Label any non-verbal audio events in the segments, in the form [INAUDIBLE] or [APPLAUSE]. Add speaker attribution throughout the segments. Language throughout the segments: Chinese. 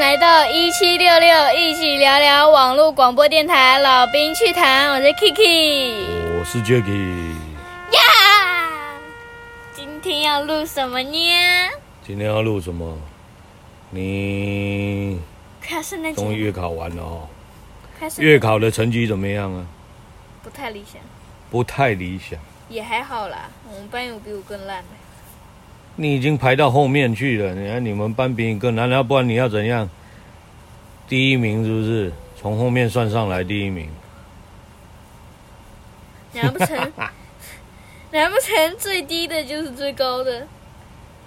Speaker 1: 来到一七六六，一起聊聊网络广播电台老兵趣谈，我是 Kiki
Speaker 2: 我是 Jacky，
Speaker 1: 呀。今天要录什么呢？
Speaker 2: 今天要录什么？你
Speaker 1: 快要圣诞节
Speaker 2: 终于
Speaker 1: 了，
Speaker 2: 月考完了哦，
Speaker 1: 快要圣
Speaker 2: 月考的成绩怎么样啊？
Speaker 1: 不太理想，
Speaker 2: 不太理想，
Speaker 1: 也还好啦。我们班有比我更烂的，
Speaker 2: 你已经排到后面去了，你看你们班比你更难，要啊不然你要怎样？第一名是不是？从后面算上来第一名，
Speaker 1: 难不
Speaker 2: [LAUGHS]
Speaker 1: 成？难不成最低的就是最高的？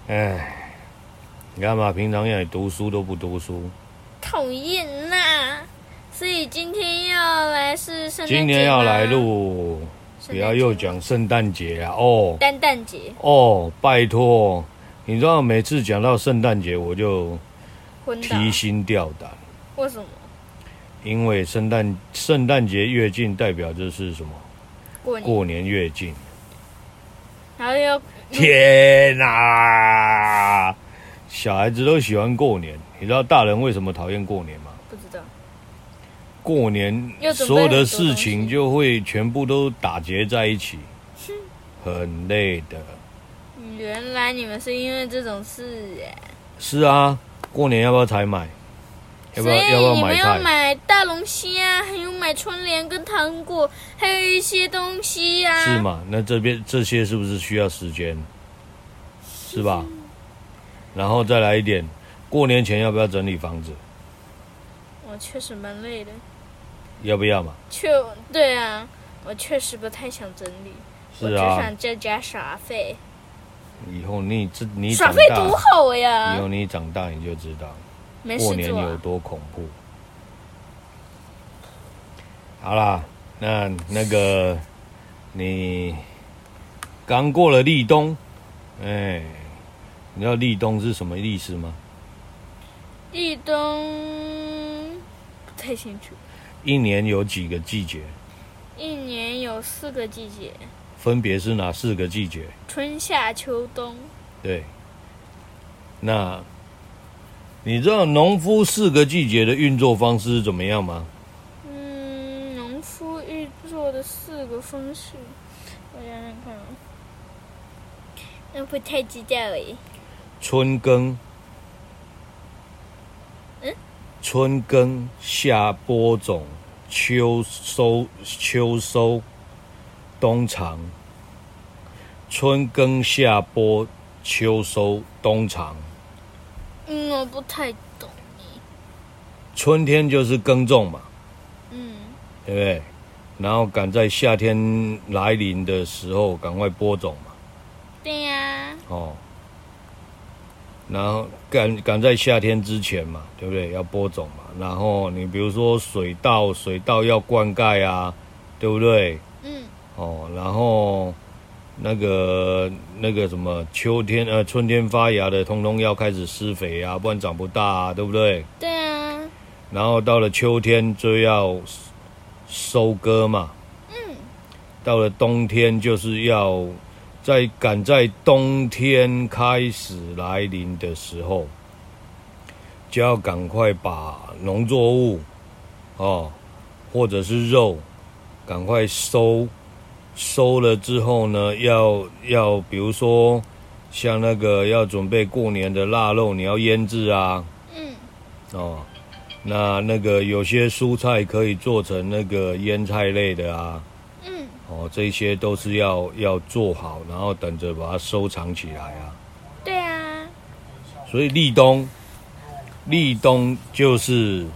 Speaker 2: 哎，你看嘛，平常要你读书都不读书，
Speaker 1: 讨厌呐！所以今天要来是圣诞节吗
Speaker 2: 今天要来，录，
Speaker 1: 圣诞节
Speaker 2: 不要又讲圣诞节啊哦。
Speaker 1: 蛋蛋节、
Speaker 2: 哦，拜托，你知道每次讲到圣诞节，我就
Speaker 1: 昏倒，
Speaker 2: 提心吊胆，
Speaker 1: 为什么？
Speaker 2: 因为圣诞圣诞节越近，代表就是什么？
Speaker 1: 过年，
Speaker 2: 过年越近。
Speaker 1: 然后又
Speaker 2: 天哪、小孩子都喜欢过年，你知道大人为什么讨厌过年吗？
Speaker 1: 不知道。
Speaker 2: 过年
Speaker 1: 又准备
Speaker 2: 所有的
Speaker 1: 很多东西
Speaker 2: 事情就会全部都打结在一起，很累的。
Speaker 1: 原来你们是因为这种事哎、
Speaker 2: 是啊，过年要不要采买？要不要
Speaker 1: 所以
Speaker 2: 要不要
Speaker 1: 你
Speaker 2: 买
Speaker 1: 们要
Speaker 2: 菜？
Speaker 1: 买大龙虾，还有买春联跟糖果，还有一些东西啊呀、
Speaker 2: 是嘛？那这边这些是不是需要时间？是吧？然后再来一点，过年前要不要整理房子？
Speaker 1: 我确实蛮累的，
Speaker 2: 要不要嘛？
Speaker 1: 确对啊，我确实不太想整理，我
Speaker 2: 是
Speaker 1: 只
Speaker 2: 啊，
Speaker 1: 想在家耍废。
Speaker 2: 以后你这你
Speaker 1: 耍
Speaker 2: 长
Speaker 1: 废多
Speaker 2: 大，
Speaker 1: 好
Speaker 2: 以
Speaker 1: 呀
Speaker 2: 后！你长大你就知道
Speaker 1: 没
Speaker 2: 过
Speaker 1: 事
Speaker 2: 年
Speaker 1: 做、
Speaker 2: 有
Speaker 1: 啊，
Speaker 2: 多恐怖。好啦，那那个你刚过了立冬，哎，你知道立冬是什么意思吗？
Speaker 1: 立冬不太清楚。
Speaker 2: 一年有几个季节？
Speaker 1: 一年有四个季节，
Speaker 2: 分别是哪四个季节？
Speaker 1: 春夏秋冬。
Speaker 2: 对，那你知道农夫四个季节的运作方式是怎么样吗？
Speaker 1: 嗯，农夫运作的四个方式，我想想看啊，那不太知道诶。
Speaker 2: 春耕，
Speaker 1: 嗯
Speaker 2: 春耕、夏播种、秋收、秋收、冬藏。春耕、夏播、秋收、冬藏。
Speaker 1: 嗯，我不太懂。
Speaker 2: 春天就是耕种嘛，
Speaker 1: 嗯，
Speaker 2: 对不对？然后赶在夏天来临的时候赶快播种嘛，
Speaker 1: 对呀、
Speaker 2: 哦，然后赶赶在夏天之前嘛，对不对？要播种嘛，然后你比如说水稻，水稻要灌溉啊，对不对？
Speaker 1: 嗯，
Speaker 2: 哦，然后那个那个什么秋天呃春天发芽的，通通要开始施肥啊，不然长不大啊，对不对？
Speaker 1: 对啊呀、
Speaker 2: 然后到了秋天就要收割嘛，
Speaker 1: 嗯，
Speaker 2: 到了冬天就是要在赶在冬天开始来临的时候，就要赶快把农作物哦，或者是肉，赶快收收了之后呢，要要比如说像那个要准备过年的腊肉，你要腌制啊，
Speaker 1: 嗯，
Speaker 2: 哦，那那个有些蔬菜可以做成那个腌菜类的啊，
Speaker 1: 嗯，
Speaker 2: 哦，这些都是要要做好，然后等着把它收藏起来啊。
Speaker 1: 对啊呀、
Speaker 2: 所以立冬，立冬就是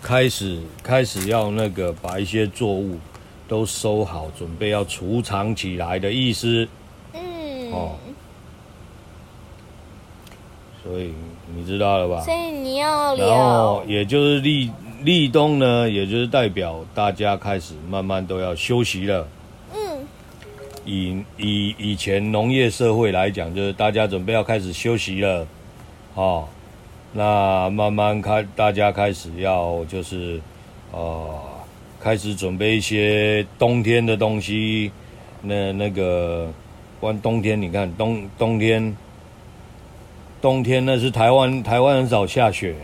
Speaker 2: 开始开始要那个把一些作物都收好，准备要储藏起来的意思。
Speaker 1: 嗯。
Speaker 2: 哦所以你知道了吧？
Speaker 1: 所以你要
Speaker 2: 啊然后
Speaker 1: 聊，
Speaker 2: 也就是立立冬呢，也就是代表大家开始慢慢都要休息了。
Speaker 1: 嗯，
Speaker 2: 以以以前农业社会来讲，就是大家准备要开始休息了，哦，那慢慢开，大家开始要就是呃，开始准备一些冬天的东西。那那个，关冬天，你看冬冬天，冬天那是台湾台湾很少下雪，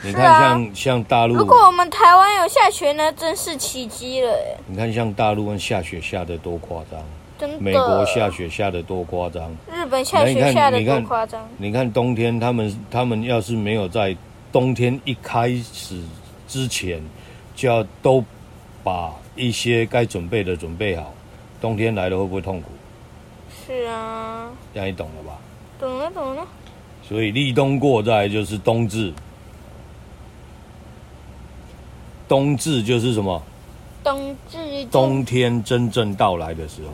Speaker 2: 你
Speaker 1: 是
Speaker 2: 看
Speaker 1: 啊
Speaker 2: 像、像大陆，
Speaker 1: 如果我们台湾有下雪，那真是奇迹了哎，
Speaker 2: 你看像大陆下雪下得多夸张，
Speaker 1: 真的。
Speaker 2: 美国下雪下得多夸张。
Speaker 1: 日本下
Speaker 2: 你
Speaker 1: 雪
Speaker 2: 看
Speaker 1: 下的
Speaker 2: 你
Speaker 1: 多
Speaker 2: 看
Speaker 1: 夸张，
Speaker 2: 你看冬天他们他们要是没有在冬天一开始之前就要都把一些该准备的准备好，冬天来了会不会痛苦？
Speaker 1: 是啊，
Speaker 2: 这样你懂了吧？
Speaker 1: 懂了懂了，
Speaker 2: 所以立冬过，再来就是冬至。冬至就是什么？
Speaker 1: 冬至已经
Speaker 2: 冬天真正到来的时候。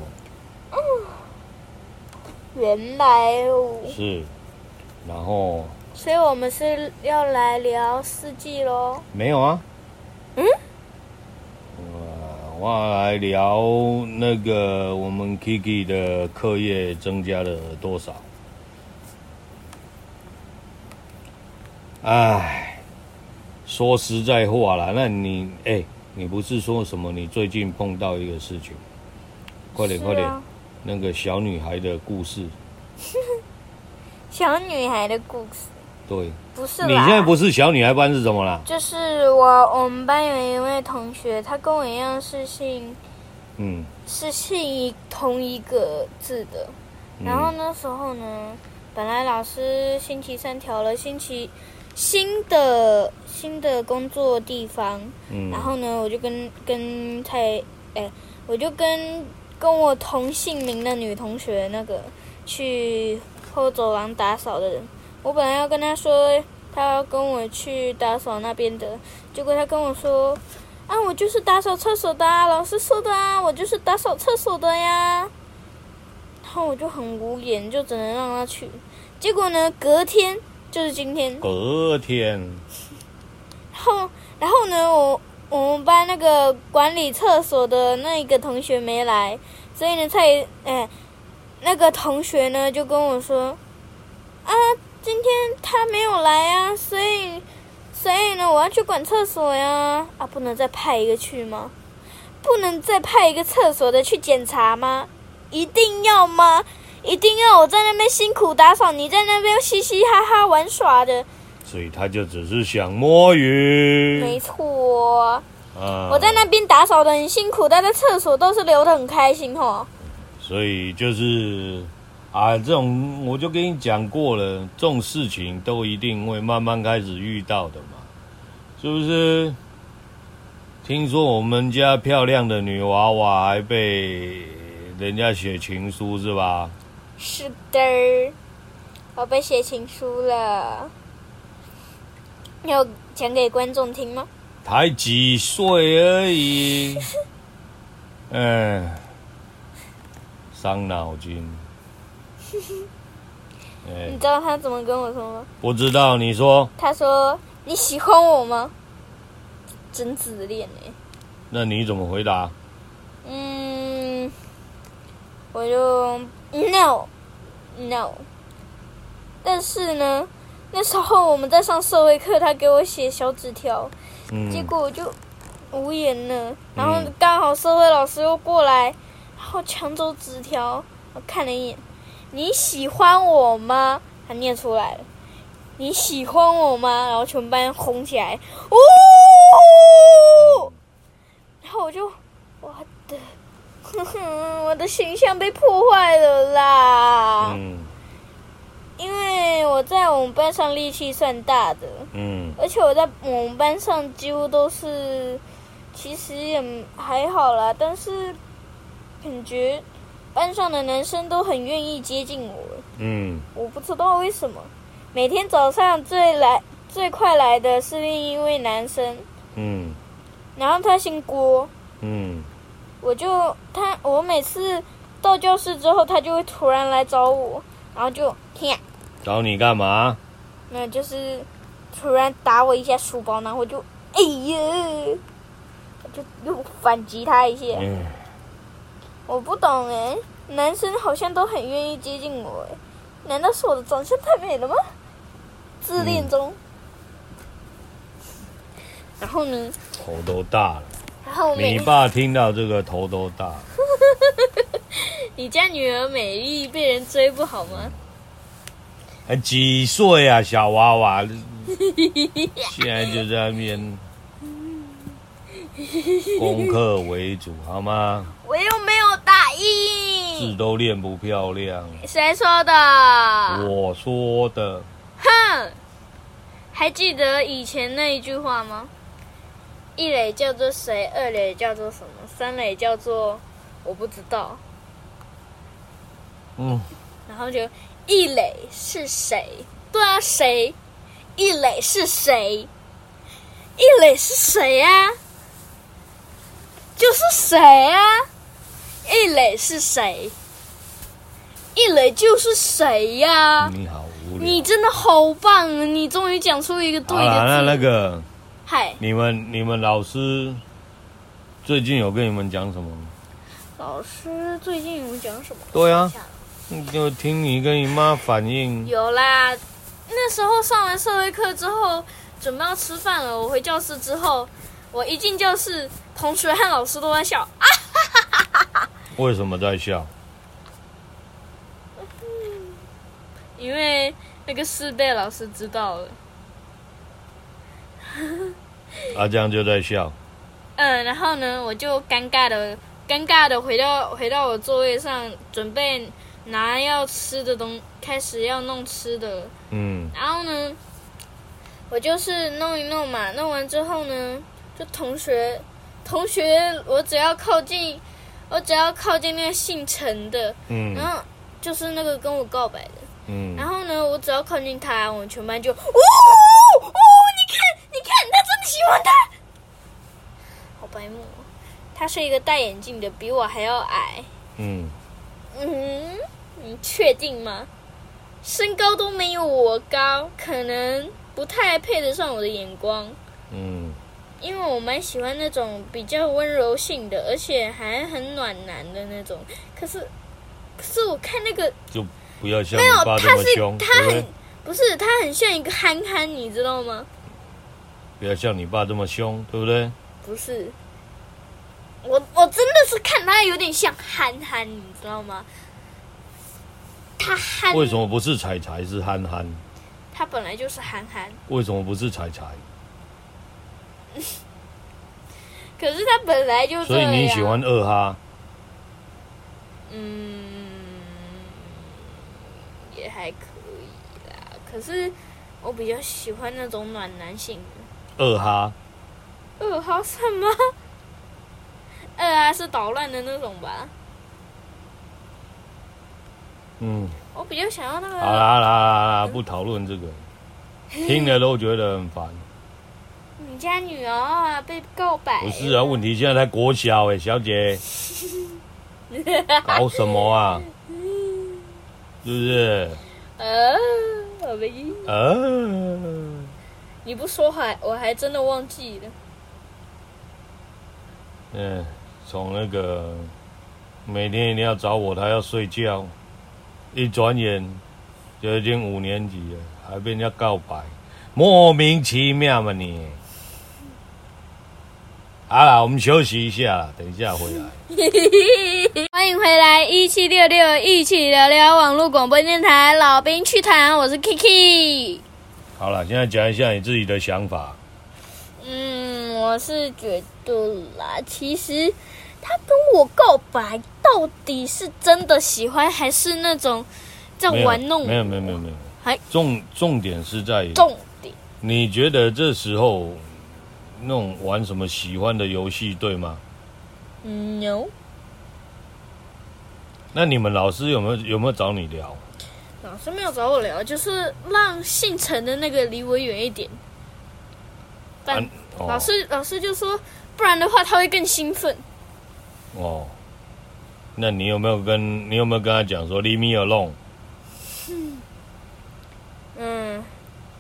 Speaker 1: 原来哦，
Speaker 2: 是，然后
Speaker 1: 所以我们是要来聊四季喽。
Speaker 2: 没有啊。
Speaker 1: 嗯
Speaker 2: 呃。我来聊那个我们 Kiki 的课业增加了多少？唉，说实在话啦，那你哎、你不是说什么？你最近碰到一个事情，快点
Speaker 1: 是
Speaker 2: 快点，
Speaker 1: 啊
Speaker 2: 那个小女孩的故事，
Speaker 1: 小女孩的故事
Speaker 2: 对
Speaker 1: 不是啦，
Speaker 2: 你现在不是小女孩班是什么啦？
Speaker 1: 就是我我们班有一位同学，他跟我一样是姓
Speaker 2: 嗯，
Speaker 1: 是姓一同一个字的。
Speaker 2: 嗯
Speaker 1: 然后那时候呢，本来老师星期三调了星期新的新的工作地方，
Speaker 2: 嗯
Speaker 1: 然后呢，我就跟跟蔡哎，我就跟跟我同姓名的女同学那个去后走廊打扫的人，我本来要跟她说她要跟我去打扫那边的，结果她跟我说。啊，我就是打扫厕所的、啊，老师说的啊，我就是打扫厕所的呀。然后我就很无言，就只能让他去。结果呢，隔天就是今天，
Speaker 2: 隔天，
Speaker 1: 然后然后呢，我我们班那个管理厕所的那一个同学没来，所以呢，蔡哎、那个同学呢就跟我说，啊，今天他没有来啊，所以所以呢，我要去管厕所呀，啊，不能再派一个去吗？不能再派一个厕所的去检查吗？一定要吗？一定要我在那边辛苦打扫，你在那边嘻嘻哈哈玩耍的，
Speaker 2: 所以他就只是想摸鱼。
Speaker 1: 没错啊。
Speaker 2: 啊
Speaker 1: 我在那边打扫的很辛苦，但在厕所都是流的很开心吼。
Speaker 2: 所以就是啊，这种我就跟你讲过了，这种事情都一定会慢慢开始遇到的嘛，是不是？听说我们家漂亮的女娃娃还被人家写情书是吧？
Speaker 1: 是的，我被写情书了，你有讲给观众听吗？
Speaker 2: 才几岁而
Speaker 1: [LAUGHS]
Speaker 2: 已，嗯，伤脑筋。哎、
Speaker 1: 你知道他怎么跟我说吗？
Speaker 2: 不知道你说，
Speaker 1: 他说你喜欢我吗？真自恋哎、
Speaker 2: 那你怎么回答？
Speaker 1: 嗯，我就 no no，但是呢，那时候我们在上社会课，他给我写小纸条。
Speaker 2: 嗯，
Speaker 1: 结果我就无言了。然后
Speaker 2: 嗯
Speaker 1: 刚好社会老师又过来，然后抢走纸条，我看了一眼，你喜欢我吗？他念出来了，你喜欢我吗？然后全班哄起来，哦，然后我就，我的， [LAUGHS] 哼哼，我的形象被破坏了啦，
Speaker 2: 嗯
Speaker 1: 因为我在我们班上力气算大的。
Speaker 2: 嗯
Speaker 1: 而且我在我们班上几乎都是，其实也还好啦，但是感觉班上的男生都很愿意接近我，
Speaker 2: 嗯，
Speaker 1: 我不知道为什么。每天早上最来最快来的是另一位男生，
Speaker 2: 嗯
Speaker 1: 然后他姓郭，
Speaker 2: 嗯
Speaker 1: 我就他我每次到教室之后，他就会突然来找我，然后就 [LAUGHS] 天、
Speaker 2: 找你干嘛？
Speaker 1: 没有，就是突然打我一下书包，然后我就哎呀，我就又反击他一下。
Speaker 2: 嗯，
Speaker 1: 我不懂哎，男生好像都很愿意接近我哎，难道是我的长相太美了吗？自恋中。
Speaker 2: 嗯
Speaker 1: 然后呢？
Speaker 2: 头都大了。
Speaker 1: 然后美
Speaker 2: 你，爸听到这个头都大了。
Speaker 1: 你家女儿美
Speaker 2: 嗯
Speaker 1: 丽被人追不好吗？ [LAUGHS]
Speaker 2: 哎几岁啊，小娃娃？现在就在那边功课为主，好吗？
Speaker 1: 我又没有打
Speaker 2: 字
Speaker 1: 印，
Speaker 2: 都练不漂亮，
Speaker 1: 谁说的？啊
Speaker 2: 我说的，
Speaker 1: 哼，还记得以前那一句话吗？一垒叫做谁？二垒叫做什么？三垒叫做我不知道。
Speaker 2: 嗯，
Speaker 1: 然后就一垒是谁？对啊，谁？一垒是谁？一垒是谁呀、啊？就是谁啊？一垒是谁？一垒就是谁呀、
Speaker 2: 你好无
Speaker 1: 啊
Speaker 2: 聊。
Speaker 1: 你真的好棒，啊你终于讲出一个对
Speaker 2: 好啦，那
Speaker 1: 的
Speaker 2: 那
Speaker 1: 字。
Speaker 2: 个
Speaker 1: 嗨，
Speaker 2: 你们你们老师最近有跟你们讲什么吗？
Speaker 1: 老师最近有讲什么？
Speaker 2: 对啊
Speaker 1: 想一下，
Speaker 2: 就听你跟你妈反映，
Speaker 1: 有啦，那时候上完社会课之后，准备要吃饭了。我回教室之后，我一进教室，同学和老师都在笑啊，
Speaker 2: 为什么在笑？
Speaker 1: 因为那个事被老师知道了。
Speaker 2: 啊，这样就在笑。
Speaker 1: 嗯，然后呢，我就尴尬的、尴尬的回到回到我座位上，准备拿要吃的东，开始要弄吃的了。
Speaker 2: 嗯，
Speaker 1: 然后呢，我就是弄一弄嘛，弄完之后呢，就同学，同学，我只要靠近，我只要靠近那个姓陈的，
Speaker 2: 嗯
Speaker 1: 然后就是那个跟我告白的，
Speaker 2: 嗯
Speaker 1: 然，后呢，我只要靠近他，我们全班就，哦哦，你看，你看，他真的喜欢他，好白目哦，他是一个戴眼镜的，比我还要矮，
Speaker 2: 嗯，
Speaker 1: 嗯，你确定吗？身高都没有我高，可能不太配得上我的眼光，
Speaker 2: 嗯，
Speaker 1: 因为我蛮喜欢那种比较温柔性的，而且还很暖男的那种。可是，可是我看那个
Speaker 2: 就不要像
Speaker 1: 没
Speaker 2: 你
Speaker 1: 有，
Speaker 2: 爸这
Speaker 1: 他
Speaker 2: 么
Speaker 1: 是
Speaker 2: 凶，
Speaker 1: 他
Speaker 2: 对不对
Speaker 1: 很？不是他很像一个憨憨，你知道吗？
Speaker 2: 不要像你爸这么凶，对不对？
Speaker 1: 不是，我我真的是看他有点像憨憨，你知道吗？他憨，
Speaker 2: 为什么不是彩彩是憨憨？
Speaker 1: 他本来就是憨憨。
Speaker 2: 为什么不是彩彩？
Speaker 1: 可是他本来就这
Speaker 2: 所以
Speaker 1: 样。
Speaker 2: 你喜欢二哈，
Speaker 1: 嗯，也还可以啦。可是我比较喜欢那种暖男型的。呃
Speaker 2: 二哈，
Speaker 1: 二号什 [LAUGHS] 么？二啊是捣乱的那种吧？
Speaker 2: 嗯，
Speaker 1: 我比较想要那
Speaker 2: 好啦
Speaker 1: 个。
Speaker 2: 好啦好啦，不讨
Speaker 1: [LAUGHS]
Speaker 2: 论这个，听了都觉得很烦。
Speaker 1: 你家女儿啊被告白？
Speaker 2: 不是啊，问题现在在国小哎、小姐，搞什么啊？是不是？啊
Speaker 1: 呃，我没，
Speaker 2: 呃，
Speaker 1: 你不说还我还真的忘记了。 [LAUGHS]
Speaker 2: 嗯，从那个每天一定要找我，他要睡觉，一转眼就已经五年级了，还被人家告白，莫名其妙嘛你。好啦，我们休息一下啦，等一下回来。
Speaker 1: 欢迎回来，一七六六一起聊聊网络广播电台老兵趣谈，我是 Kiki。
Speaker 2: 好了，现在讲一下你自己的想法。
Speaker 1: 嗯，我是觉得啦，其实他跟我告白，到底是真的喜欢，还是那种在
Speaker 2: 没有
Speaker 1: 玩弄我？
Speaker 2: 没有没有没有没有，
Speaker 1: 还
Speaker 2: 重重点是在于
Speaker 1: 重点。
Speaker 2: 你觉得这时候那种玩什么喜欢的游戏对吗？
Speaker 1: 嗯，no，
Speaker 2: 那你们老师有没有有没有找你聊？
Speaker 1: 老师没有找我聊，就是让姓陈的那个离我远一点。但、
Speaker 2: 啊哦
Speaker 1: 老师老师就说，不然的话他会更兴奋。
Speaker 2: 哦，那你有没有跟你有没有跟他讲说 leave me alone？
Speaker 1: 嗯，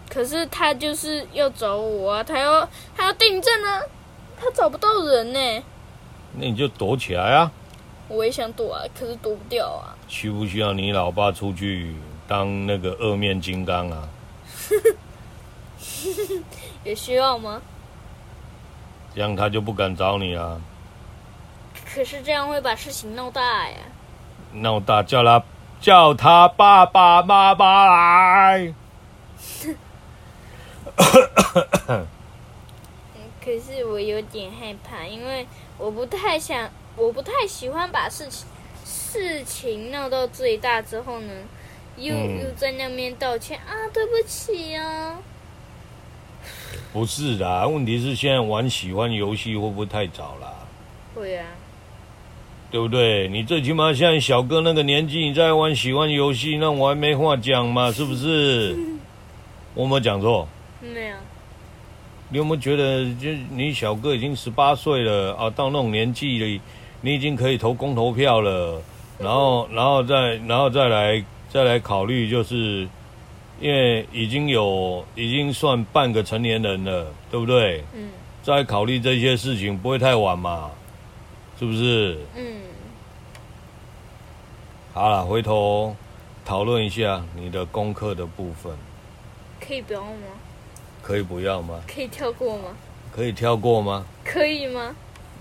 Speaker 1: 可是他就是要找我啊，他要他要订正啊，他找不到人呢、
Speaker 2: 那你就躲起来啊！
Speaker 1: 我也想躲啊，可是躲不掉啊。
Speaker 2: 需不需要你老爸出去当那个二面金刚啊？
Speaker 1: 有需要吗？
Speaker 2: 这样他就不敢找你啊！
Speaker 1: 可是这样会把事情闹大呀。
Speaker 2: 闹大叫他叫他爸爸妈妈来。
Speaker 1: 可是我有点害怕，因为我不太想，我不太喜欢把事情事情闹到最大之后呢，又、
Speaker 2: 嗯
Speaker 1: 又在那边道歉啊，对不起啊。
Speaker 2: [COUGHS] 不是啦，问题是现在玩喜欢游戏会不会太早啦？
Speaker 1: 会啊，
Speaker 2: 对不对？你最起码像小哥那个年纪，你在玩喜欢游戏，那我还没话讲嘛，是不是？我有没有讲错？
Speaker 1: 没有，
Speaker 2: 你有没有觉得，就你小哥已经十八岁了啊，到那种年纪里，你已经可以投公投票了，然后，然后再，然后再来，再来考虑，就是因为已经有，已经算半个成年人了，对不对？
Speaker 1: 嗯
Speaker 2: 再考虑这些事情，不会太晚嘛，是不是？
Speaker 1: 嗯，
Speaker 2: 好了，回头讨论一下你的功课的部分，
Speaker 1: 可以不要吗？
Speaker 2: 可以不要吗？
Speaker 1: 可以跳过吗？
Speaker 2: 可以跳过吗？
Speaker 1: 可以吗？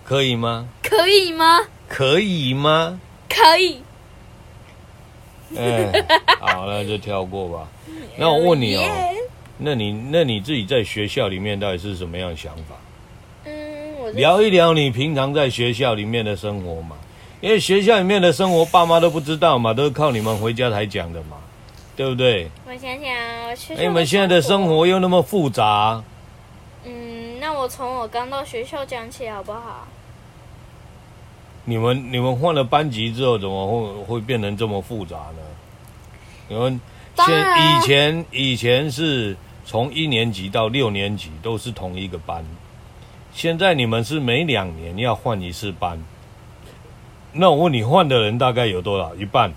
Speaker 2: 可以吗？
Speaker 1: 可以吗？
Speaker 2: 可以吗？
Speaker 1: 可以。
Speaker 2: [LAUGHS] 哎，好，那就跳过吧。那我问你
Speaker 1: [LAUGHS]
Speaker 2: 哦，
Speaker 1: 耶
Speaker 2: 那你那你自己在学校里面到底是什么样的想法？
Speaker 1: 嗯，我在
Speaker 2: 聊一聊你平常在学校里面的生活嘛，因为学校里面的生活爸妈都不知道嘛，都是靠你们回家才讲的嘛，对不对？
Speaker 1: 我想想，我学校
Speaker 2: 哎，你们现在的生，活又那么复杂，
Speaker 1: 嗯，那我从我刚到学校讲起好不好？
Speaker 2: 你们你们换了班级之后，怎么会会变成这么复杂呢？你们
Speaker 1: 当
Speaker 2: 现
Speaker 1: 然啊
Speaker 2: 以前以前是从一年级到六年级都是同一个班，现在你们是每两年要换一次班。那我问你，换的人大概有多少？一半？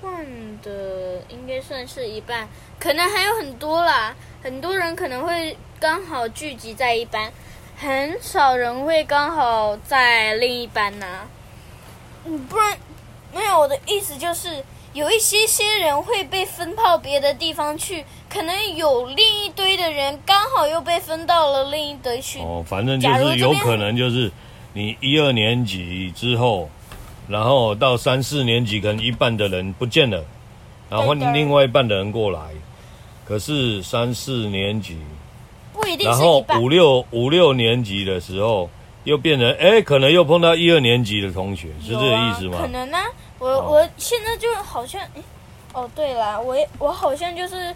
Speaker 1: 换的应该算是一半，可能还有很多啦。很多人可能会刚好聚集在一班，很少人会刚好在另一班呐、嗯，不然没有我的意思就是，有一些些人会被分到别的地方去，可能有另一堆的人刚好又被分到了另一堆去。
Speaker 2: [LAUGHS] 哦，反正就
Speaker 1: 假如
Speaker 2: 是有
Speaker 1: 这边
Speaker 2: 可能就是你一二年级之后，然后到三四年级，可能一半的人不见了，然后
Speaker 1: 对的
Speaker 2: 换另外一半的人过来。可是三四年级，
Speaker 1: 不一定
Speaker 2: 然
Speaker 1: 是一
Speaker 2: 后
Speaker 1: 半
Speaker 2: 五。六五六年级的时候，又变成哎，可能又碰到一二年级的同学，是这个
Speaker 1: 有啊
Speaker 2: 意思吗？
Speaker 1: 可能呢、我、
Speaker 2: 哦
Speaker 1: 我现在就好像，诶哦对啦，我也我好像就是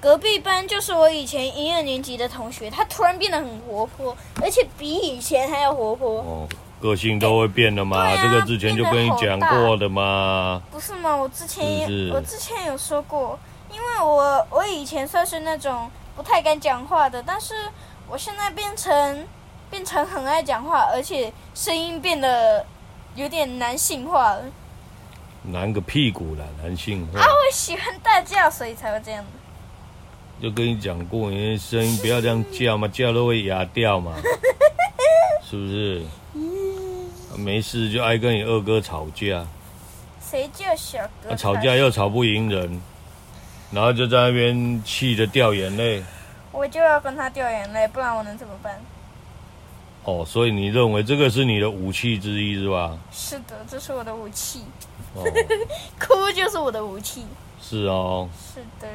Speaker 1: 隔壁班，就是我以前一二年级的同学，他突然变得很活泼，而且比以前还要活泼，
Speaker 2: 哦，个性都会变的嘛，
Speaker 1: 对啊
Speaker 2: 这个之前就跟你讲过的嘛。
Speaker 1: 不是吗？我之前也
Speaker 2: 是不是
Speaker 1: 我之前有说过，因为我我以前算是那种不太敢讲话的，但是我现在变成变成很爱讲话，而且声音变得有点男性化了。
Speaker 2: 哦男个屁股啦，男性化
Speaker 1: 啊，，我喜欢大叫，所以才会这样。
Speaker 2: 就跟你讲过，你的声音不要这样叫嘛，叫都会哑掉嘛，是不是？啊没事就爱跟你二哥吵架，
Speaker 1: 谁叫小哥、
Speaker 2: 啊、吵架又吵不赢人，然后就在那边气得掉眼泪。
Speaker 1: 我就要跟他掉眼泪，不然我能怎么办？
Speaker 2: 哦，所以你认为这个是你的武器之一是吧？
Speaker 1: 是的，这是我的武器，
Speaker 2: 哦，
Speaker 1: 哭就是我的武器。
Speaker 2: 是哦。
Speaker 1: 是的，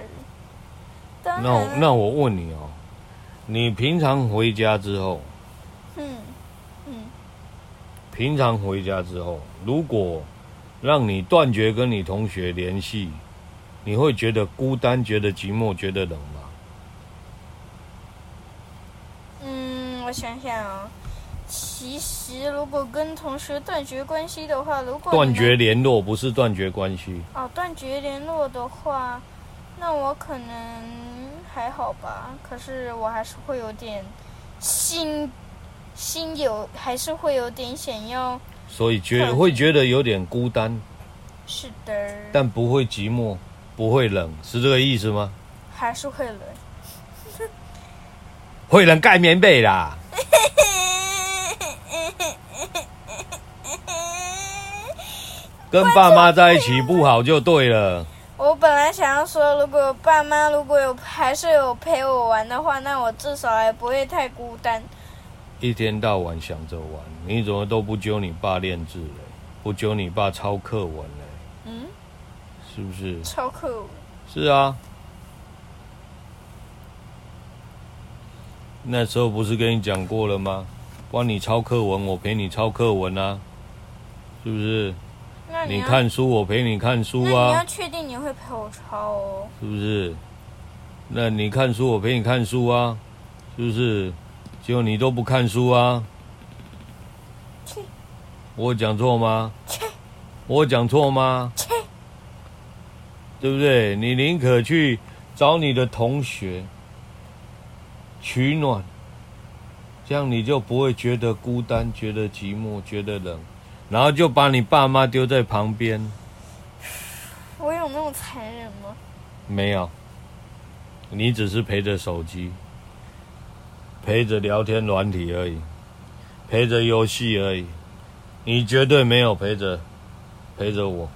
Speaker 1: 当然
Speaker 2: 那我那我问你哦，你平常回家之后，
Speaker 1: 嗯嗯，
Speaker 2: 平常回家之后，如果让你断绝跟你同学联系，你会觉得孤单、觉得寂寞、觉得冷吗？
Speaker 1: 嗯，我想想啊、其实如果跟同学断绝关系的话，如果你
Speaker 2: 断
Speaker 1: 们
Speaker 2: 绝联络不是断绝关系，
Speaker 1: 哦断绝联络的话，那我可能还好吧，可是我还是会有点心心有，还是会有点想要。
Speaker 2: 所以觉
Speaker 1: 断绝
Speaker 2: 会觉得有点孤单，
Speaker 1: 是的，
Speaker 2: 但不会寂
Speaker 1: 嗯
Speaker 2: 寞，不会冷，是这个意思吗？
Speaker 1: 还是会冷。
Speaker 2: 会冷盖棉被啦。跟爸妈在一起不好就对了。
Speaker 1: 我本来想要说，如果爸妈如果有还是有陪我玩的话，那我至少还不会太孤单。
Speaker 2: 一天到晚想着玩，你怎么都不揪你爸练字嘞？不揪你爸抄课文嘞？
Speaker 1: 嗯，
Speaker 2: 是不是？
Speaker 1: 超酷。
Speaker 2: 是啊。那时候不是跟你讲过了吗？帮你抄课文，我陪你抄课文啊，是不是？
Speaker 1: 那你
Speaker 2: 你
Speaker 1: 要，
Speaker 2: 看书，我陪你看书
Speaker 1: 那
Speaker 2: 啊。
Speaker 1: 你要确定你会陪我抄哦。
Speaker 2: 是不是？那你看书，我陪你看书啊，是不是？结果你都不看书啊
Speaker 1: 切！
Speaker 2: 我有讲错吗？
Speaker 1: 切
Speaker 2: 我有讲错吗？
Speaker 1: 切，
Speaker 2: 对不对？你宁可去找你的同学取暖，这样你就不会觉得孤单、觉得寂寞、觉得冷，然后就把你爸妈丢在旁边。
Speaker 1: 我有那么残忍吗？
Speaker 2: 没有，你只是陪着手机，陪着聊天软体而已，陪着游戏而已，你绝对没有陪着，陪着我，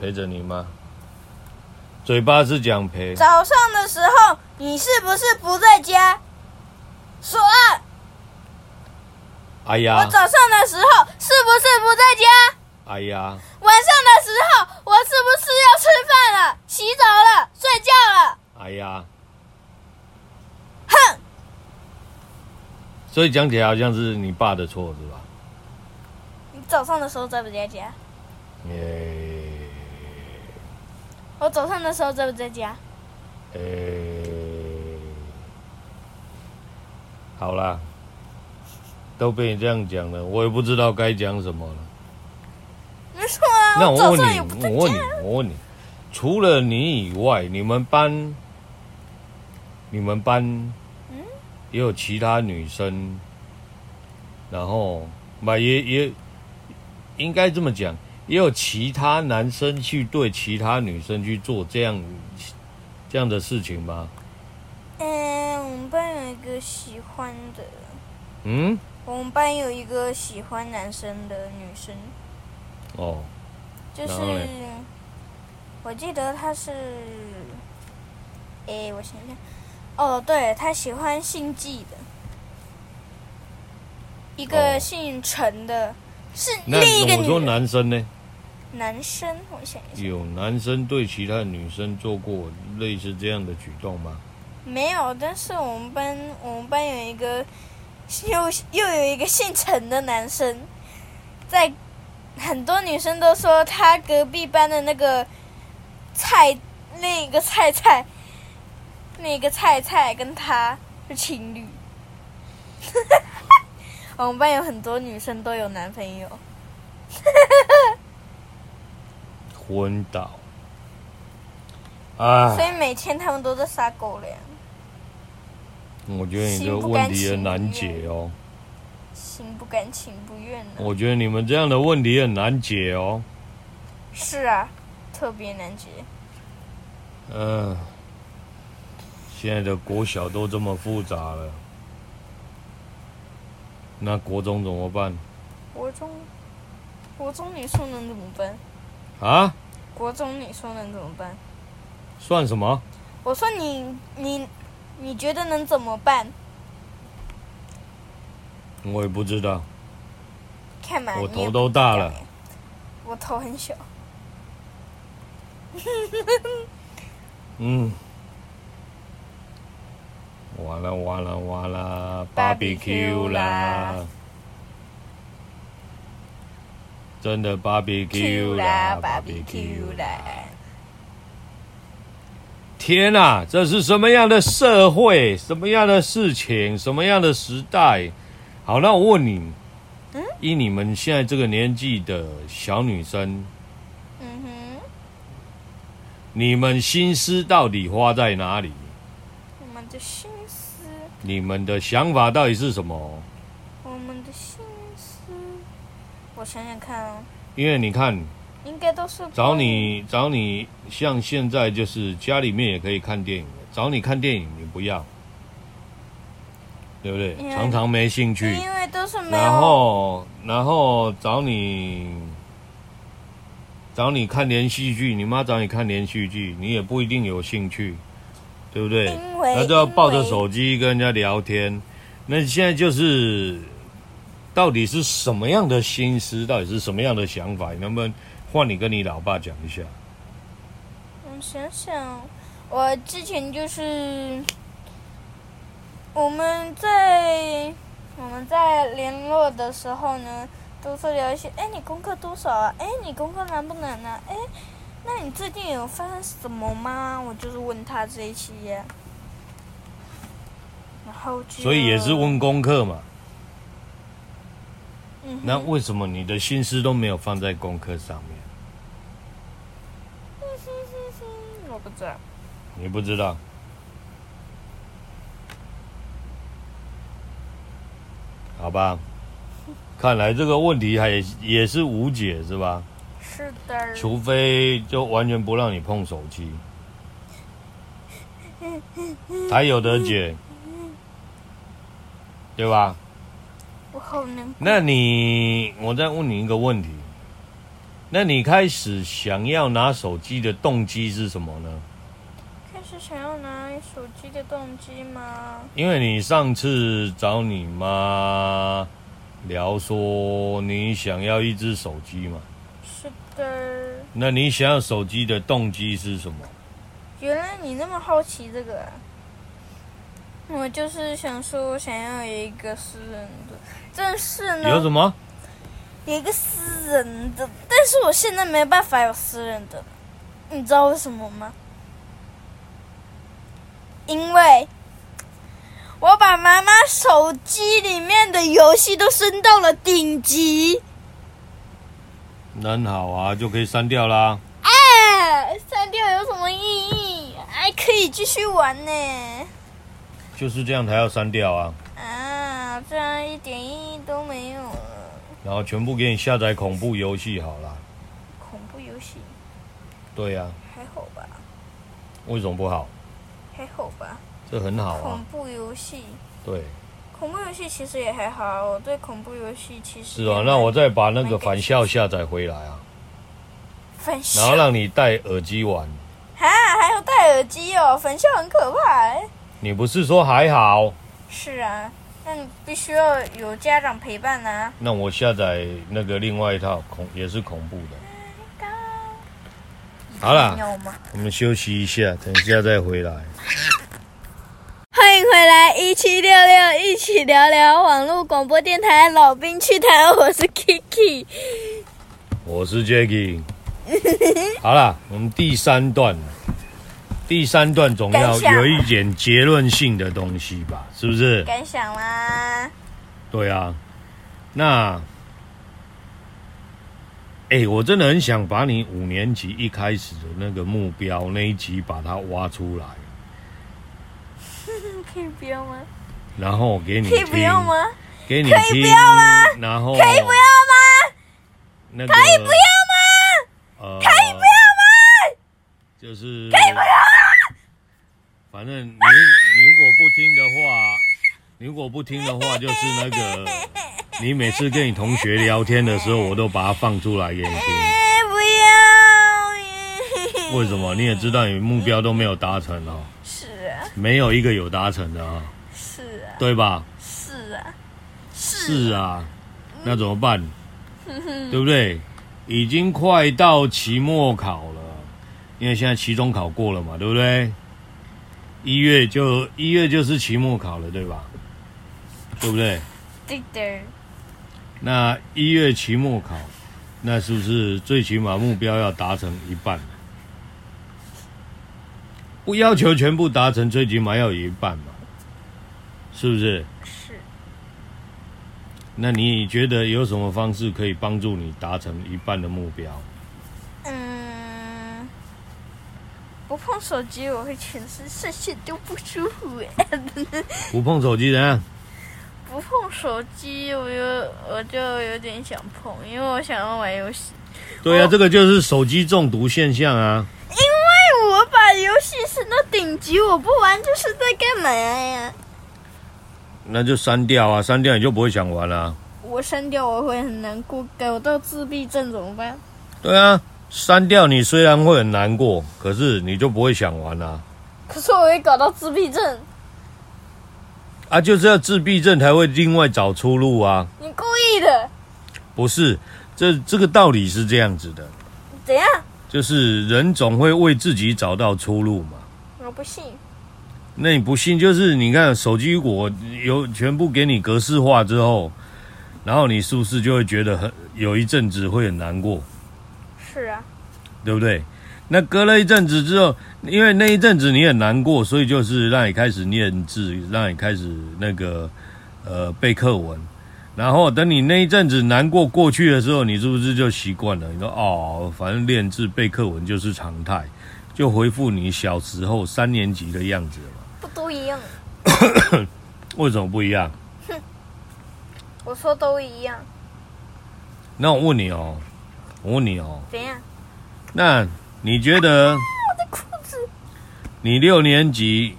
Speaker 2: 陪着你妈。嘴巴是讲陪，
Speaker 1: 早上的时候你是不是不在家？说啊！
Speaker 2: 哎
Speaker 1: 我
Speaker 2: 呀，
Speaker 1: 早上的时候是不是不在家？
Speaker 2: 哎呀，
Speaker 1: 晚上的时候我是不是要吃饭了、洗澡了、睡觉了？
Speaker 2: 哎呀，
Speaker 1: 哼！
Speaker 2: 所以讲起来好像是你爸的错是吧？
Speaker 1: 你早上的时候在不在家？
Speaker 2: 耶、
Speaker 1: 我早上的时候在不在家？
Speaker 2: 诶、呃好啦，都被你这样讲了，我也不知道该讲什么了。
Speaker 1: 没错啊，
Speaker 2: 那
Speaker 1: 早
Speaker 2: 我问
Speaker 1: 上也不
Speaker 2: 你，
Speaker 1: 在
Speaker 2: 我问
Speaker 1: 家
Speaker 2: 你。，我问你，除了你以外，你们班，你们班，也有其他女生，然后嘛也也应该这么讲，也有其他男生去对其他女生去做这样这样的事情吗？
Speaker 1: 嗯，我们班有一个喜欢的，
Speaker 2: 嗯？
Speaker 1: 我们班有一个喜欢男生的女生，
Speaker 2: 哦，
Speaker 1: 就
Speaker 2: 然后
Speaker 1: 是
Speaker 2: 嘞
Speaker 1: 我记得她是，诶，我想想，哦，对，她喜欢姓纪的，一个
Speaker 2: 哦
Speaker 1: 姓陈的，是
Speaker 2: 那
Speaker 1: 另一个
Speaker 2: 我说
Speaker 1: 女的
Speaker 2: 男生呢，
Speaker 1: 男生，我想一下，
Speaker 2: 有男生对其他女生做过类似这样的举动吗？
Speaker 1: 没有，但是我们班我们班有一个又又有一个姓陈的男生，在很多女生都说他隔壁班的那个菜那个菜菜那个菜菜跟他是情侣。 [LAUGHS] 我们班有很多女生都有男朋友，
Speaker 2: 昏倒，啊
Speaker 1: 所！以每天他们都在撒狗粮，
Speaker 2: 我觉得你这
Speaker 1: 心
Speaker 2: 个
Speaker 1: 不甘
Speaker 2: 问题
Speaker 1: 情嗯
Speaker 2: 很难
Speaker 1: 不
Speaker 2: 解哦，
Speaker 1: 心不甘情不愿呢、
Speaker 2: 我觉得你们这样的问题很难解哦，
Speaker 1: 是啊，特别难解。
Speaker 2: 嗯、现在的国小都这么复杂了，那国中怎么办
Speaker 1: 国中，国中你说能怎么办？
Speaker 2: 啊？
Speaker 1: 国中你说能怎么办？
Speaker 2: 算什么？
Speaker 1: 我说你你你觉得能怎么办？
Speaker 2: 我也不知道，
Speaker 1: 看嘛，
Speaker 2: 我
Speaker 1: 你也
Speaker 2: 头
Speaker 1: 不
Speaker 2: 都大了
Speaker 1: 知道耶，我头很小，
Speaker 2: 嗯，完了完了完了
Speaker 1: Barbecue 啦
Speaker 2: 啦，真的 barbecue 啦
Speaker 1: 啦，barbecue 啦，
Speaker 2: 天啊，这是什么样的社会？什么样的事情？什么样的时代？好，那我问你，
Speaker 1: 嗯
Speaker 2: 以你们现在这个年纪的小女生，
Speaker 1: 嗯
Speaker 2: 你们心思到底花在哪里？
Speaker 1: 哼，我们的心思，
Speaker 2: 你们的想法到底是什么？
Speaker 1: 我们的心思，我想想看哦，
Speaker 2: 因为你看，
Speaker 1: 应该都是
Speaker 2: 找
Speaker 1: 关于
Speaker 2: 你找你，像现在就是家里面也可以看电影了，找你看电影你不要，对不对？
Speaker 1: 因为
Speaker 2: 常常没兴趣，
Speaker 1: 因为都是没
Speaker 2: 然
Speaker 1: 有，
Speaker 2: 后然后找你找你看连续剧，你妈找你看连续剧，你也不一定有兴趣，对不对？
Speaker 1: 因为
Speaker 2: 那就要抱着
Speaker 1: 哎因为
Speaker 2: 手机跟人家聊天。那现在就是，到底是什么样的心思，到底是什么样的想法？能不能换你跟你老爸讲一下？
Speaker 1: 啊我想想，我之前就是，我我们在我们在联络的时候呢，都是聊一些，哎，你功课多少啊？哎，你功课难不难啊？哎，那你最近有发生什么吗？我就是问他这一些、然后就
Speaker 2: 所以也是问功课嘛。
Speaker 1: 嗯哼
Speaker 2: 那为什么你的心思都没有放在功课上面？
Speaker 1: 我不知道，
Speaker 2: 你不知道？好吧，看来这个问题还也是无解是吧？
Speaker 1: 是的，
Speaker 2: 除非就完全不让你碰手机，才有得解，对吧？
Speaker 1: 我好难过。
Speaker 2: 那你，我再问你一个问题，那你开始想要拿手机的动机是什么呢？
Speaker 1: 开始想要拿手机的动机吗？
Speaker 2: 因为你上次找你妈聊说你想要一只手机嘛，
Speaker 1: 是的。
Speaker 2: 那你想要手机的动机是什么？
Speaker 1: 原来你那么好奇这个啊、我就是想说，想要有一个私人的，但是呢，
Speaker 2: 有什么？
Speaker 1: 有一个私人的，但是我现在没办法有私人的，你知道为什么吗？因为我把妈妈手机里面的游戏都升到了顶级，
Speaker 2: 那很好啊，就可以删掉啦。
Speaker 1: 哎，删掉有什么意义？还可以继续玩呢。
Speaker 2: 就是这样才要删掉啊，
Speaker 1: 啊，这样一点意义都没有了。
Speaker 2: 然后全部给你下载恐怖游戏好啦。
Speaker 1: 恐怖游戏
Speaker 2: 对呀、
Speaker 1: 还好吧，
Speaker 2: 为什么不好？
Speaker 1: 还好吧。
Speaker 2: 这很好
Speaker 1: 恐
Speaker 2: 啊。
Speaker 1: 怖游戏，
Speaker 2: 对，
Speaker 1: 恐怖游戏其实也还好啊。我对恐怖游戏其实
Speaker 2: 是啊，
Speaker 1: 也
Speaker 2: 那我
Speaker 1: 蛮
Speaker 2: 再把那个返校下载回来啊，
Speaker 1: 返校
Speaker 2: 然后让你戴耳机玩。
Speaker 1: 啊，还有戴耳机哦，返校很可怕、欸。
Speaker 2: 你不是说还好？
Speaker 1: 是啊，那你必须要有家长陪伴啊。
Speaker 2: 那我下载那个另外一套恐也是恐怖的。好啦，
Speaker 1: 要吗？
Speaker 2: 我们休息一下，等一下再回来。
Speaker 1: 欢迎回来，一七六六，一起聊聊网络广播电台老兵趣谈，我是 Kiki。
Speaker 2: 我是 Jacky。好啦，我们第三段，啊第三段总要
Speaker 1: 等一下
Speaker 2: 有一点结论性的东西吧，是不是？
Speaker 1: 感想啦。
Speaker 2: 对啊，那，哎、我真的很想把你五年级一开始的那个目标那一集把它挖出来，
Speaker 1: 嗯可以不要吗？
Speaker 2: 然后给你
Speaker 1: 可以不
Speaker 2: 听
Speaker 1: 要吗？
Speaker 2: 给你
Speaker 1: 可以
Speaker 2: 听
Speaker 1: 不要吗，
Speaker 2: 然后
Speaker 1: 可以不要吗？
Speaker 2: 那个可以不
Speaker 1: 不要
Speaker 2: 呃，可以不要吗？就是可以不要
Speaker 1: 啊
Speaker 2: 反正你你如果不听的话，你如果不听的话，就是那个你每次跟你同学聊天的时候，我都把它放出来给你听。
Speaker 1: 吗？哎不要。
Speaker 2: 为什么？你也知道你目标都没有达成哦，
Speaker 1: 是啊，
Speaker 2: 没有一个有达成的啊、
Speaker 1: 是啊，
Speaker 2: 对吧？
Speaker 1: 是啊，
Speaker 2: 是啊，那怎么办？对不对？已经快到期末考了，因为现在期中考过了嘛，对不对？一月就一月就是期末考了，对吧？对不对？
Speaker 1: 对的。
Speaker 2: 那一月期末考，那是不是最起码目标要达成一半？不要求全部达成，最起码要有一半嘛，是不是？
Speaker 1: 是啊
Speaker 2: 那你觉得有什么方式可以帮助你达成一半的目标？
Speaker 1: 嗯，不碰手机我会全身上下都不舒服哎。 [LAUGHS]
Speaker 2: 不碰手机怎啊样？
Speaker 1: 不碰手机，我就我就有点想碰，因为我想要玩游戏。
Speaker 2: 对啊，
Speaker 1: 哦
Speaker 2: 这个就是手机中毒现象啊。
Speaker 1: 因为我把游戏升到顶级，我不玩就是在干嘛呀？
Speaker 2: 那就删掉啊，删掉你就不会想玩啊啦、
Speaker 1: 我删掉我会很难过，搞到自闭症怎么办？
Speaker 2: 对啊，删掉你虽然会很难过，可是你就不会想玩啦、啊。
Speaker 1: 可是我会搞到自闭症，
Speaker 2: 啊就是要自闭症才会另外找出路啊，
Speaker 1: 你故意的？
Speaker 2: 不是？这这个道理是这样子的，
Speaker 1: 怎样？
Speaker 2: 就是人总会为自己找到出路嘛。
Speaker 1: 我不信。
Speaker 2: 那你不信就是你看手机果有全部给你格式化之后，然后你是不是就会觉得很有一阵子会很难过，
Speaker 1: 是啊，
Speaker 2: 对不对？那隔了一阵子之后，因为那一阵子你很难过，所以就是让你开始念字，让你开始那个呃背课文。然后等你那一阵子难过过去的时候，你是不是就习惯了？你说哦，反正练字背课文就是常态，就回复你小时候三年级的样子了嘛？
Speaker 1: 不都一样？
Speaker 2: 为什么不一样？
Speaker 1: 我说都一样，
Speaker 2: 那我问你哦，我问你哦，
Speaker 1: 怎样？
Speaker 2: 那你觉得
Speaker 1: 我的裤子，
Speaker 2: 你六年级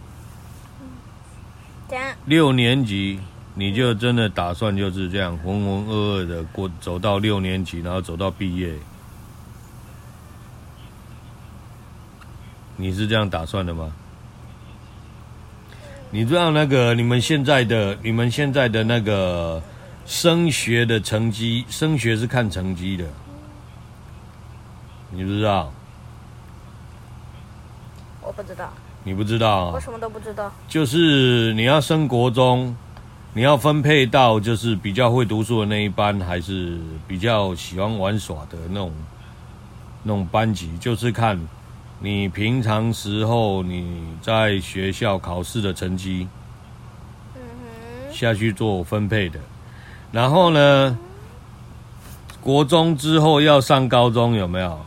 Speaker 1: 怎样？
Speaker 2: 六年级，你就真的打算就是这样浑浑噩噩的过走到六年级，然后走到毕业？你是这样打算的吗？你知道那个你们现在的你们现在的那个升学的成绩，升学是看成绩的，你不知道？
Speaker 1: 我不知道，
Speaker 2: 你不知道、啊？
Speaker 1: 我什么都不知道。
Speaker 2: 就是你要升国中，你要分配到就是比较会读书的那一班，还是比较喜欢玩耍的那种那种班级，就是看你平常时候你在学校考试的成绩
Speaker 1: 嗯
Speaker 2: 下去做分配的。然后呢，国中之后要上高中有没有？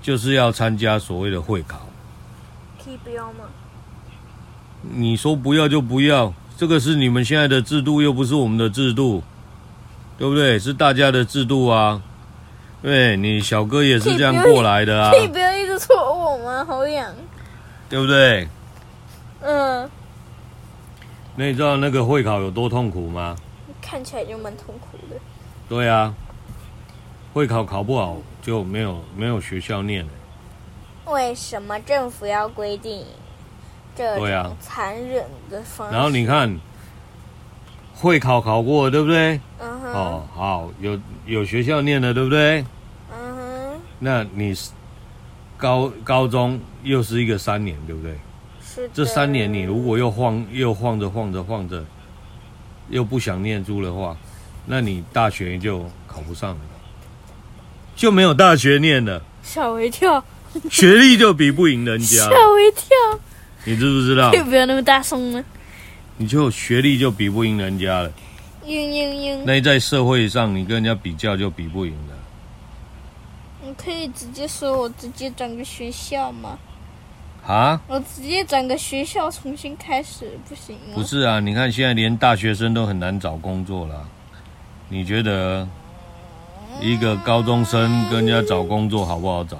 Speaker 2: 就是要参加所谓的会考。
Speaker 1: 哼，T 标吗？
Speaker 2: 你说不要就不要，这个是你们现在的制度，又不是我们的制度，对不对？是大家的制度啊。对你小哥也是这样过来的啊，
Speaker 1: 可以不要一直戳我吗？好痒。
Speaker 2: 对不对？
Speaker 1: 嗯，
Speaker 2: 那你知道那个会考有多痛苦吗？
Speaker 1: 看起来就蛮痛苦的。
Speaker 2: 对啊，会考考不好就没有没有学校念了。
Speaker 1: 为什么政府要规定这
Speaker 2: 对啊
Speaker 1: 种残忍的方式？
Speaker 2: 然后你看，会考考过了对不对？
Speaker 1: 嗯哼，
Speaker 2: 哦，好，有有学校念了对不对？
Speaker 1: 嗯哼，
Speaker 2: 那你是高高中又是一个三年，对不对？
Speaker 1: 是的
Speaker 2: 这三年你如果又晃又晃着晃着晃着，又不想念书的话，那你大学就考不上了，就没有大学念了，
Speaker 1: 吓我一跳，
Speaker 2: 学历就比不赢人家
Speaker 1: 吓
Speaker 2: 啊
Speaker 1: [LAUGHS]
Speaker 2: 了，
Speaker 1: 我一跳，
Speaker 2: 你知不知道
Speaker 1: 可？以不要那么大声吗？
Speaker 2: 你就学历就比不赢人家了，
Speaker 1: 嘤嘤嘤，
Speaker 2: 那在社会上你跟人家比较就比不赢了。
Speaker 1: 你可以直接说我直接转个学校吗？
Speaker 2: 啊，
Speaker 1: 我直接转个学校重新开始不行吗？
Speaker 2: 不是啊，你看现在连大学生都很难找工作了，你觉得一个高中生跟人家找工作好不好找？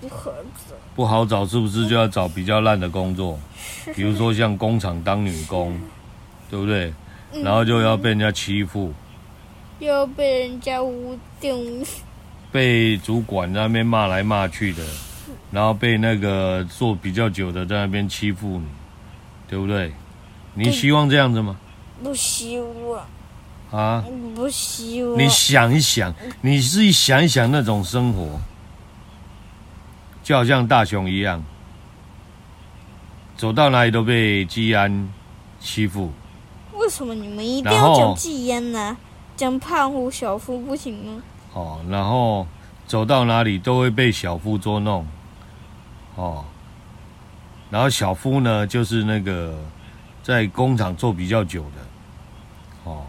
Speaker 1: 不合适，
Speaker 2: 不好找，是不是就要找比较烂的工作？
Speaker 1: 是
Speaker 2: 比如说像工厂当女工，对不对？然后就要被人家欺负，
Speaker 1: 又被人家污点污。
Speaker 2: 被主管在那边骂来骂去的，然后被那个做比较久的在那边欺负你，对不对？你希望这样子吗？
Speaker 1: 不希望，
Speaker 2: 啊，
Speaker 1: 不希望。
Speaker 2: 你想一想，你自己想一想那种生活，就好像大雄一样，走到哪里都被治安欺负。
Speaker 1: 为什么你们一定
Speaker 2: 然
Speaker 1: 要
Speaker 2: 后
Speaker 1: 讲戒烟呢？讲胖虎、小夫不行吗？
Speaker 2: 哦，然后走到哪里都会被小夫捉弄，哦，然后小夫呢就是那个在工厂做比较久的，哦，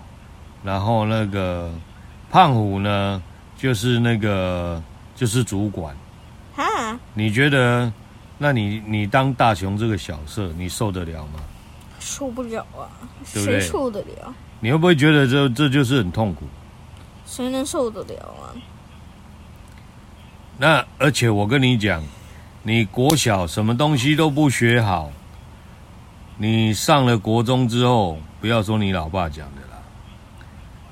Speaker 2: 然后那个胖虎呢就是那个就是主管，
Speaker 1: 哈，
Speaker 2: 你觉得？那你你当大雄这个小色，你受得了吗？
Speaker 1: 受不了啊！
Speaker 2: 对不对
Speaker 1: 谁受得了？
Speaker 2: 你会不会觉得这这就是很痛苦？
Speaker 1: 谁能受得了啊？
Speaker 2: 那而且我跟你讲，你国小什么东西都不学好，你上了国中之后，不要说你老爸讲的啦，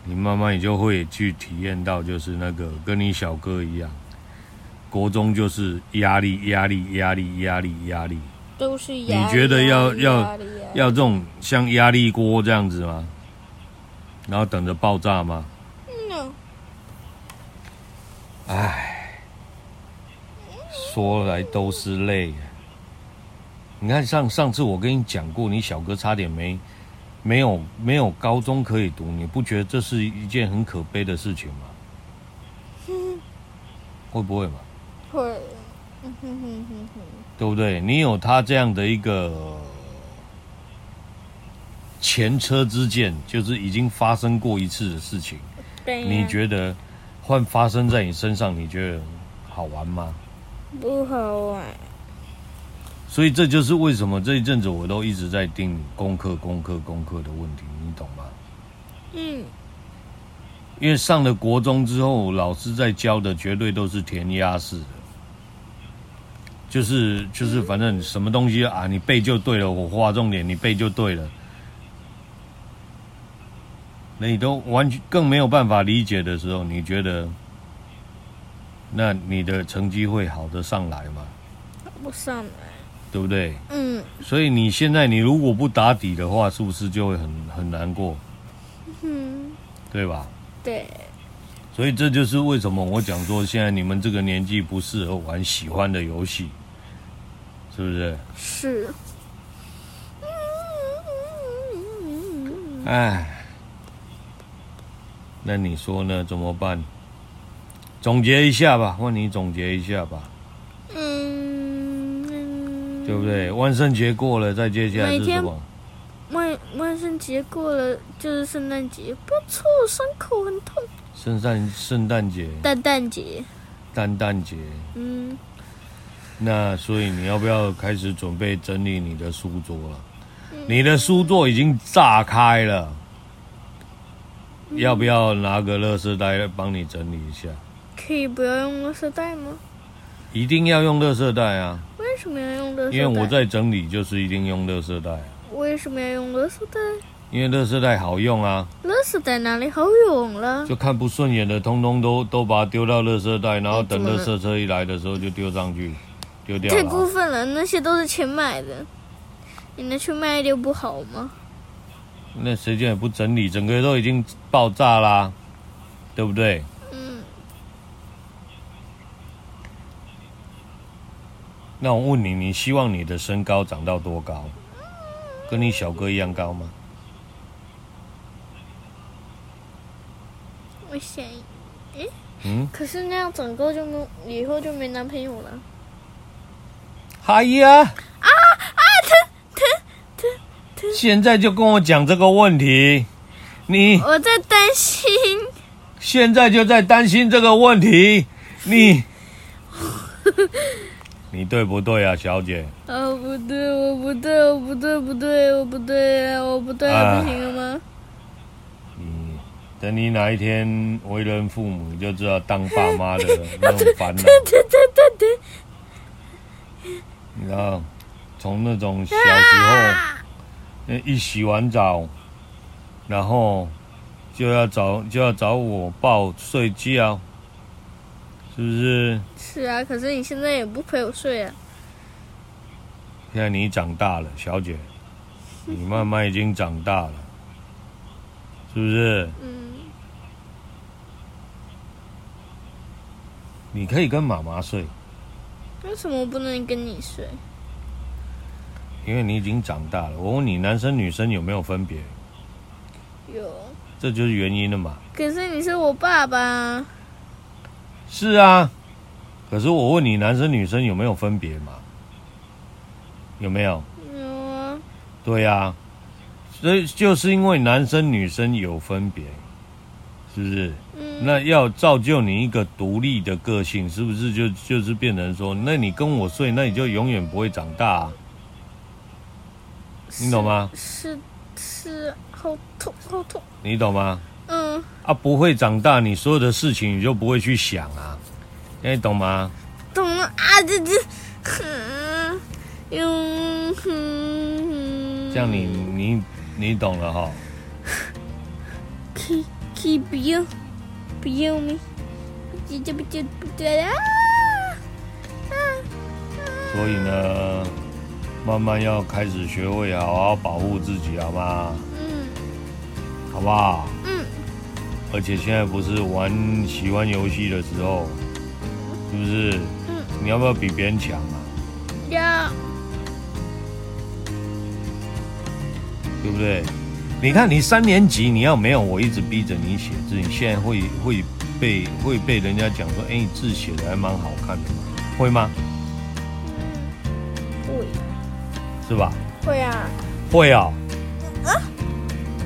Speaker 2: 你慢慢也就会去体验到，就是那个跟你小哥一样，国中就是压力、压力、压力、压力、压力，
Speaker 1: 都是压力。
Speaker 2: 你觉得要
Speaker 1: 压力
Speaker 2: 要
Speaker 1: 压力压力
Speaker 2: 要这种像压力锅这样子吗？然后等着爆炸吗？
Speaker 1: 嗯
Speaker 2: 唉，说来都是泪。你看上上次我跟你讲过，你小哥差点没没有没有高中可以读，你不觉得这是一件很可悲的事情吗？会不会嘛？
Speaker 1: 会，嗯哼哼哼哼，
Speaker 2: 对不对？你有他这样的一个前车之鉴，就是已经发生过一次的事情，
Speaker 1: 哎对呀、
Speaker 2: 你觉得换发生在你身上，你觉得好玩吗？
Speaker 1: 不好玩？
Speaker 2: 所以这就是为什么这一阵子我都一直在定功课、功课、功课的问题，你懂吗？
Speaker 1: 嗯，
Speaker 2: 因为上了国中之后，老师在教的绝对都是填鸭式的，就是就是反正什么东西啊，你背就对了，我画重点，你背就对了。那你都完全更没有办法理解的时候，你觉得，那你的成绩会好得上来吗？
Speaker 1: 不上来。
Speaker 2: 对不对？
Speaker 1: 嗯，
Speaker 2: 所以你现在你如果不打底的话，是不是就会很很难过，
Speaker 1: 嗯，
Speaker 2: 对吧？
Speaker 1: 对，
Speaker 2: 所以这就是为什么我讲说，现在你们这个年纪不适合玩喜欢的游戏，是不是？
Speaker 1: 是。嗯
Speaker 2: 唉，那你说呢？怎么办？总结一下吧，问你总结一下吧，
Speaker 1: 嗯，
Speaker 2: 对不？对？万圣节过了，再接下来
Speaker 1: 每
Speaker 2: 是什
Speaker 1: 天
Speaker 2: 么？
Speaker 1: 万万圣节过了就是圣诞节，不错，伤口很痛。
Speaker 2: 圣诞圣诞节、
Speaker 1: 蛋蛋节，
Speaker 2: 蛋蛋节，
Speaker 1: 嗯，
Speaker 2: 那所以你要不要开始准备整理你的书桌了？
Speaker 1: 嗯
Speaker 2: 你的书桌已经炸开了，要不要拿个乐圾袋来帮你整理一下？
Speaker 1: 可以不要用垃圾袋吗？
Speaker 2: 一定要用乐色袋啊，
Speaker 1: 为什么要用垃圾袋？
Speaker 2: 因为我在整理就是一定用乐色袋啊，
Speaker 1: 为什么要用垃圾袋？
Speaker 2: 因为乐色袋好用啊，
Speaker 1: 垃圾袋哪里好用了？
Speaker 2: 就看不顺眼的通通都都把它丢到乐色袋，然后等
Speaker 1: 怎么
Speaker 2: 乐
Speaker 1: 了
Speaker 2: 色车一来的时候就丢上去，丢掉
Speaker 1: 太
Speaker 2: 了
Speaker 1: 过
Speaker 2: 啊。
Speaker 1: 分了，那些都是钱买的，你拿去卖掉不好吗？
Speaker 2: 那谁叫你不整理，整个都已经爆炸啦、对不对？
Speaker 1: 嗯，
Speaker 2: 那我问你，你希望你的身高长到多高？跟你小哥一样高吗？
Speaker 1: 我想，诶，
Speaker 2: 嗯
Speaker 1: 可是那样长高就没以后就没男朋友了。
Speaker 2: 哎呀！啊啊！现在就跟我讲这个问题，你
Speaker 1: 我在担心，
Speaker 2: 现在就在担心这个问题， [LAUGHS] 你你对不对啊，小姐？
Speaker 1: 哦，不对，我不对，我不对，不对，我不对，我不对，
Speaker 2: 啊
Speaker 1: 不行了吗？
Speaker 2: 你等你哪一天为人父母，你就知道当爸妈 [LAUGHS] 的那种烦恼。
Speaker 1: 对对对对，
Speaker 2: 你知道，从那种小时候，一洗完澡，然后就要找就要找我抱睡觉，啊是不是？
Speaker 1: 是啊，可是你现在也不陪我睡啊。
Speaker 2: 现在你长大了，小姐，你慢慢已经长大了，是不是？
Speaker 1: 嗯，
Speaker 2: 你可以跟妈妈睡，
Speaker 1: 为什么我不能跟你睡？
Speaker 2: 因为你已经长大了。我问你，男生女生有没有分别？
Speaker 1: 有，
Speaker 2: 这就是原因了嘛。
Speaker 1: 可是你是我爸啊爸，
Speaker 2: 是啊，可是我问你，男生女生有没有分别嘛？有没有？
Speaker 1: 有啊。
Speaker 2: 对呀、所以就是因为男生女生有分别，是不是？
Speaker 1: 嗯，
Speaker 2: 那要造就你一个独立的个性，是不是就就是变成说，那你跟我睡，那你就永远不会长大、啊，你懂吗？
Speaker 1: 是是，好痛好痛。
Speaker 2: 你懂吗？
Speaker 1: 嗯，
Speaker 2: 啊，不会长大，你所有的事情你就不会去想啊，你懂吗？
Speaker 1: 懂了啊，这这，哼，嗯哼，
Speaker 2: 这样你你你懂了哈。
Speaker 1: 可以可以不要不要吗？不就不就不对啊！
Speaker 2: 所以呢，慢慢要开始学会好好保护自己，好吗？
Speaker 1: 嗯
Speaker 2: 好不好？
Speaker 1: 嗯，
Speaker 2: 而且现在不是玩喜欢游戏的时候，是不是？
Speaker 1: 嗯
Speaker 2: 你要不要比别人强啊？
Speaker 1: 要
Speaker 2: 对不对？你看，你三年级你要没有我一直逼着你写字，你现在会会被会被人家讲说，哎，你字写的还蛮好看的嘛，会吗？
Speaker 1: 会
Speaker 2: 是吧？
Speaker 1: 会啊，
Speaker 2: 会啊。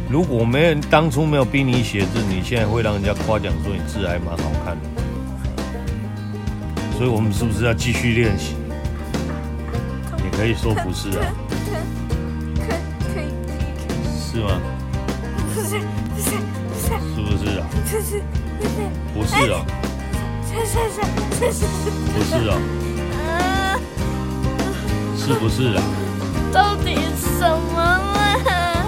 Speaker 2: 如果没人当初没有逼你写字，你现在会让人家夸奖说你字还蛮好看的。所以我们是不是要继续练习？你可以说不是啊，
Speaker 1: 可可以可以可
Speaker 2: 是吗？
Speaker 1: 以，不是不是不是
Speaker 2: 是不是啊？
Speaker 1: 不是不是
Speaker 2: 不是啊，
Speaker 1: 是是是是是
Speaker 2: 不是啊，
Speaker 1: 啊，
Speaker 2: 是不是啊？
Speaker 1: 到底什么啦？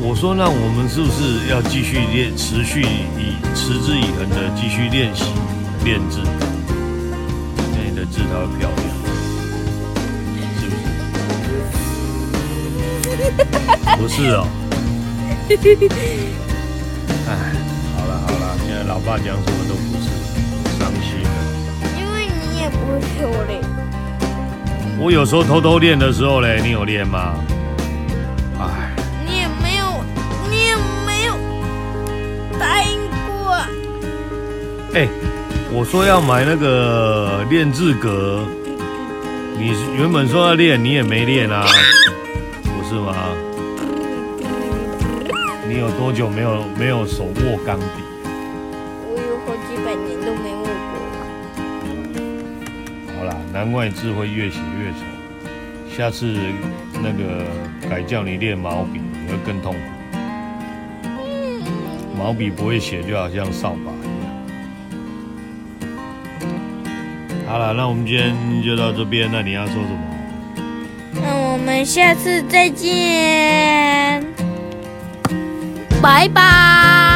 Speaker 2: 我说，那我们是不是要继续练，持续以持之以恒的继续练习练字，那你的字才会漂亮，是不是？不是 [LAUGHS] 哦。哎，好了好了，现在老爸讲什么都不是，伤心啊了。
Speaker 1: 因为你也不会我嘞，
Speaker 2: 我有时候偷偷练的时候嘞，你有练吗？哎，
Speaker 1: 你也没有，你也没有答应过。
Speaker 2: 哎、我说要买那个练字格，你原本说要练，你也没练啊，不是吗？你有多久没有没有手握钢笔？
Speaker 1: 我有好几百年都没握过。
Speaker 2: 好啦，难怪你字会越写越丑。下次那个改叫你练毛笔，你会更痛苦。毛笔不会写，就好像扫把一样。好了，那我们今天就到这边。那你要说什么？
Speaker 1: 那我们下次再见，拜拜。